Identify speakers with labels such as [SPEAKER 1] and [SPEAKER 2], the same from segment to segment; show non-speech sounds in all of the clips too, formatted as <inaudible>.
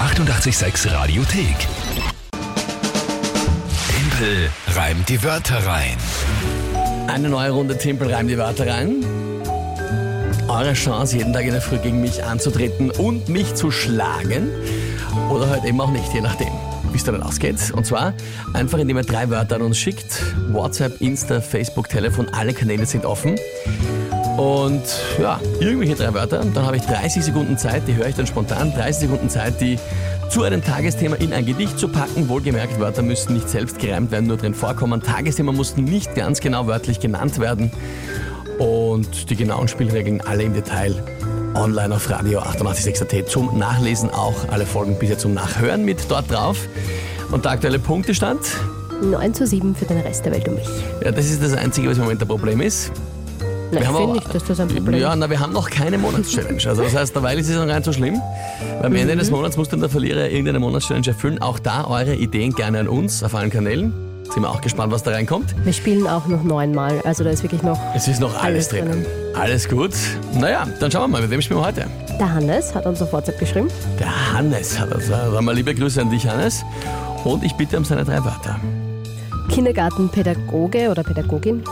[SPEAKER 1] 886 Radiothek. Tempel reimt die Wörter rein.
[SPEAKER 2] Eine neue Runde Tempel reim die Wörter rein. Eure Chance, jeden Tag in der Früh gegen mich anzutreten und mich zu schlagen. Oder halt eben auch nicht, je nachdem, wie es damit ausgeht. Und zwar einfach, indem ihr drei Wörter an uns schickt. WhatsApp, Insta, Facebook, Telefon, alle Kanäle sind offen. Und ja, irgendwelche drei Wörter. Dann habe ich 30 Sekunden Zeit, die höre ich dann spontan. 30 Sekunden Zeit, die zu einem Tagesthema in ein Gedicht zu packen. Wohlgemerkt, Wörter müssen nicht selbst gereimt werden, nur drin vorkommen. Tagesthema muss nicht ganz genau wörtlich genannt werden. Und die genauen Spielregeln alle im Detail online auf Radio 886.at zum Nachlesen auch. Alle Folgen bisher zum Nachhören mit dort drauf. Und der aktuelle Punktestand,
[SPEAKER 3] 9 zu 7 für den Rest der Welt und mich.
[SPEAKER 2] ja, das ist das Einzige, was im Moment ein Problem ist.
[SPEAKER 3] Nein, ich
[SPEAKER 2] haben
[SPEAKER 3] finde
[SPEAKER 2] aber-
[SPEAKER 3] nicht, dass das ein Problem
[SPEAKER 2] Ja,
[SPEAKER 3] ist.
[SPEAKER 2] na, wir haben noch keine Monatschallenge. Also das heißt, derweil ist es noch gar nicht so schlimm. Weil Am Ende des
[SPEAKER 3] Mhm.
[SPEAKER 2] Monats muss dann der Verlierer irgendeine Monatschallenge erfüllen. Auch da eure Ideen gerne an uns auf allen Kanälen. Sind wir auch gespannt, was da reinkommt.
[SPEAKER 3] Wir spielen auch noch neunmal, also da ist wirklich noch
[SPEAKER 2] Es ist noch alles
[SPEAKER 3] Alles
[SPEAKER 2] drinnen. Alles gut. Naja, dann schauen wir mal, mit wem spielen wir heute?
[SPEAKER 3] der Hannes, hat uns auf WhatsApp geschrieben.
[SPEAKER 2] Der Hannes hat das. Also mal liebe Grüße an dich, Hannes. Und ich bitte um seine drei Wörter.
[SPEAKER 3] Kindergartenpädagoge oder Pädagogin,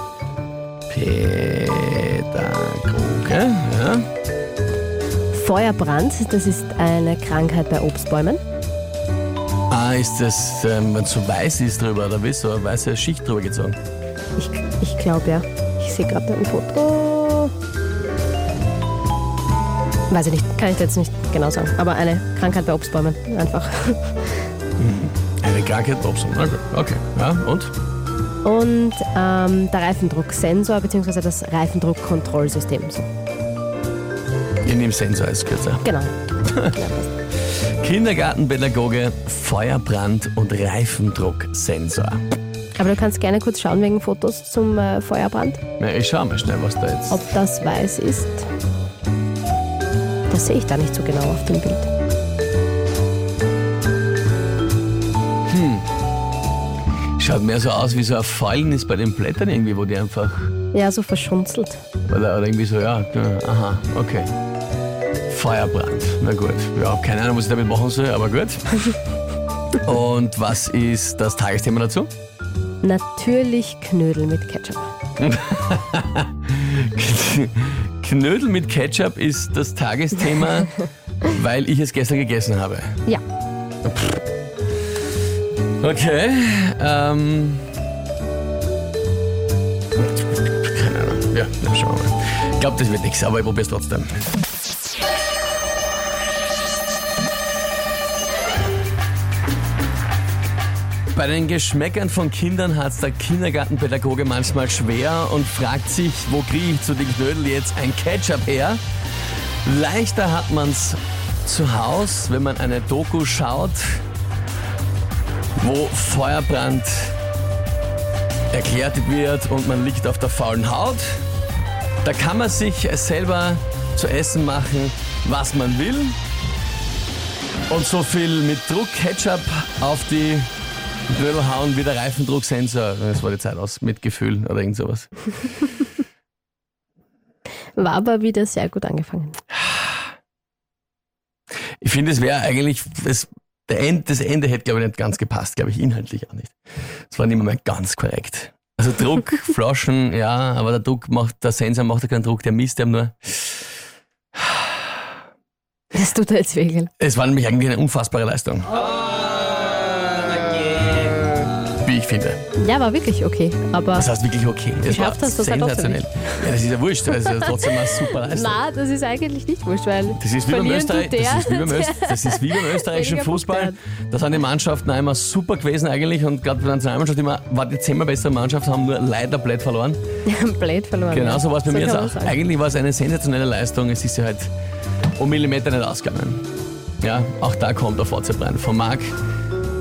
[SPEAKER 2] Pädagoge, ja.
[SPEAKER 3] Feuerbrand, das ist eine Krankheit bei Obstbäumen.
[SPEAKER 2] Ah, ist das, ähm, wenn es so weiß ist drüber, oder wie? So eine weiße Schicht drüber gezogen.
[SPEAKER 3] Ich, ich glaube ja. Ich sehe gerade ein Foto. Weiß ich nicht, kann ich jetzt nicht genau sagen. Aber eine Krankheit bei Obstbäumen, einfach.
[SPEAKER 2] Eine Krankheit, Dobson. Na gut, okay. Ja, und?
[SPEAKER 3] Und ähm, der Reifendrucksensor bzw. das Reifendruckkontrollsystem. So.
[SPEAKER 2] In dem Sensor ist kürzer.
[SPEAKER 3] Genau.
[SPEAKER 2] Kindergartenpädagoge, Feuerbrand und Reifendrucksensor.
[SPEAKER 3] Aber du kannst gerne kurz schauen wegen Fotos zum äh, Feuerbrand,
[SPEAKER 2] Na, ich schau mal schnell, was da jetzt.
[SPEAKER 3] ob das weiß ist. Das sehe ich da nicht so genau auf dem Bild.
[SPEAKER 2] Schaut mehr so aus wie so ein Fäulnis bei den Blättern irgendwie, wo die einfach.
[SPEAKER 3] Ja, so verschunzelt.
[SPEAKER 2] Oder, oder irgendwie so, ja, ja, aha, okay. Feuerbrand, na gut. Ja, keine Ahnung, was ich damit machen soll, aber gut. Und was ist das Tagesthema dazu?
[SPEAKER 3] Natürlich Knödel mit Ketchup.
[SPEAKER 2] Knödel mit Ketchup ist das Tagesthema, weil ich es gestern gegessen habe.
[SPEAKER 3] Ja,
[SPEAKER 2] Okay. Ähm. Keine Ahnung. Ja, na, schauen wir mal. Ich glaube, das wird nichts, aber ich probiere es trotzdem. Bei den Geschmäckern von Kindern hat es der Kindergartenpädagoge manchmal schwer und fragt sich, wo kriege ich zu den Knödel jetzt ein Ketchup her? Leichter hat man es zu Hause, wenn man eine Doku schaut wo Feuerbrand erklärt wird und man liegt auf der faulen Haut. Da kann man sich selber zu essen machen, was man will. Und so viel mit Druck Ketchup auf die Knödel hauen wie der Reifendrucksensor. Das war die Zeit aus, mit Gefühl oder irgend sowas.
[SPEAKER 3] war aber wieder sehr gut angefangen.
[SPEAKER 2] Ich finde, es wäre eigentlich, das, der End, das Ende hätte, glaube ich, nicht ganz gepasst, glaube ich, inhaltlich auch nicht. Es war nicht mehr ganz korrekt. Also Druck, Flaschen, ja, aber der Druck macht, der Sensor macht ja keinen Druck, der misst ja nur.
[SPEAKER 3] Das tut jetzt weh.
[SPEAKER 2] Es war nämlich eigentlich eine unfassbare Leistung. Wie ich finde.
[SPEAKER 3] Ja, war wirklich okay. Aber
[SPEAKER 2] Das heißt wirklich okay. Das war
[SPEAKER 3] Geschafft hast du's ja trotzdem
[SPEAKER 2] sensationell. Ja, das ist ja wurscht, das ist ja trotzdem eine super Leistung.
[SPEAKER 3] na, das ist eigentlich nicht wurscht, weil
[SPEAKER 2] Das ist, wie beim
[SPEAKER 3] verlieren
[SPEAKER 2] Österreich,
[SPEAKER 3] tut der,
[SPEAKER 2] das, ist wie beim Öst,
[SPEAKER 3] <laughs> der-
[SPEAKER 2] das ist wie beim österreichischen
[SPEAKER 3] weniger Punkte
[SPEAKER 2] Fußball.
[SPEAKER 3] hat.
[SPEAKER 2] Da sind die Mannschaften auch immer super gewesen eigentlich und gerade bei der Nationalmannschaft immer, war die zehnmal bessere Mannschaft, haben nur leider blöd verloren.
[SPEAKER 3] der Blade verloren.
[SPEAKER 2] Genauso war es Genau bei mir jetzt
[SPEAKER 3] So kann man
[SPEAKER 2] auch.
[SPEAKER 3] sagen.
[SPEAKER 2] Eigentlich war es eine sensationelle Leistung, es ist ja halt um Millimeter nicht ausgegangen. Ja, auch da kommt auf WhatsApp rein von Marc.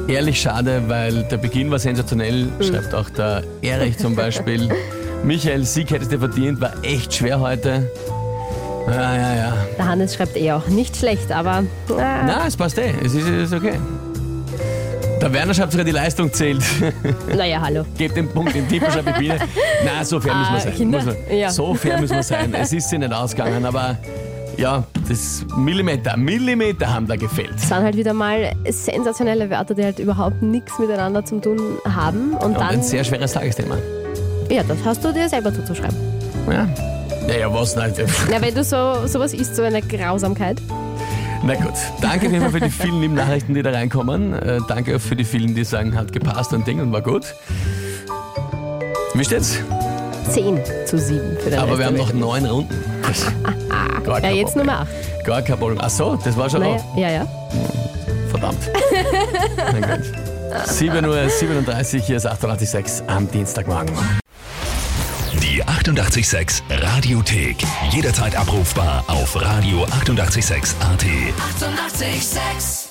[SPEAKER 2] Ehrlich schade, weil der Beginn war sensationell,
[SPEAKER 3] Mhm.
[SPEAKER 2] schreibt auch der Erich zum
[SPEAKER 3] <laughs>
[SPEAKER 2] Beispiel. Michael, Sieg hättest du verdient, war echt schwer heute. Ja, ja, ja.
[SPEAKER 3] Der Hannes schreibt eh auch nicht schlecht, aber ah,
[SPEAKER 2] Na, es passt eh. Es ist, es ist okay. Der Werner schreibt sogar, die Leistung zählt. <laughs>
[SPEAKER 3] naja, hallo.
[SPEAKER 2] Gebt den Punkt in Tipper, schreibt die Biene. Na, so fair müssen wir
[SPEAKER 3] Ah,
[SPEAKER 2] sein.
[SPEAKER 3] Kinder,
[SPEAKER 2] Muss man,
[SPEAKER 3] ja.
[SPEAKER 2] So fair müssen wir sein. Es ist sie nicht ausgegangen, aber Ja, das Millimeter, Millimeter haben da gefehlt.
[SPEAKER 3] Es waren halt wieder mal sensationelle Wörter, die halt überhaupt nichts miteinander zu tun haben. Und
[SPEAKER 2] Und ein
[SPEAKER 3] dann.
[SPEAKER 2] sehr schweres Tagesthema.
[SPEAKER 3] Ja, das hast du dir selber zuzuschreiben.
[SPEAKER 2] Ja. Naja, was? Nein,
[SPEAKER 3] Na, wenn du so sowas isst, so eine Grausamkeit.
[SPEAKER 2] <laughs> Na gut, danke auf jeden Fall für die vielen lieben Nachrichten, die da reinkommen. Äh, danke auch für die vielen, die sagen, hat gepasst und Ding und war gut. Wie steht's?
[SPEAKER 3] 10 zu 7 für den
[SPEAKER 2] Aber
[SPEAKER 3] Rest
[SPEAKER 2] wir haben
[SPEAKER 3] der
[SPEAKER 2] noch
[SPEAKER 3] Welt.
[SPEAKER 2] neun Runden.
[SPEAKER 3] <laughs>
[SPEAKER 2] Gar
[SPEAKER 3] Ja,
[SPEAKER 2] kein
[SPEAKER 3] jetzt
[SPEAKER 2] Problem.
[SPEAKER 3] Nummer 8.
[SPEAKER 2] Gar kein Problem. Ach so, das war schon
[SPEAKER 3] Naja,
[SPEAKER 2] auf.
[SPEAKER 3] ja, ja.
[SPEAKER 2] Verdammt. Na gut. 7.37 Uhr, hier ist 886 am Dienstagmorgen.
[SPEAKER 1] Die 886 Radiothek. Jederzeit abrufbar auf radio886.at. 886!
[SPEAKER 4] 886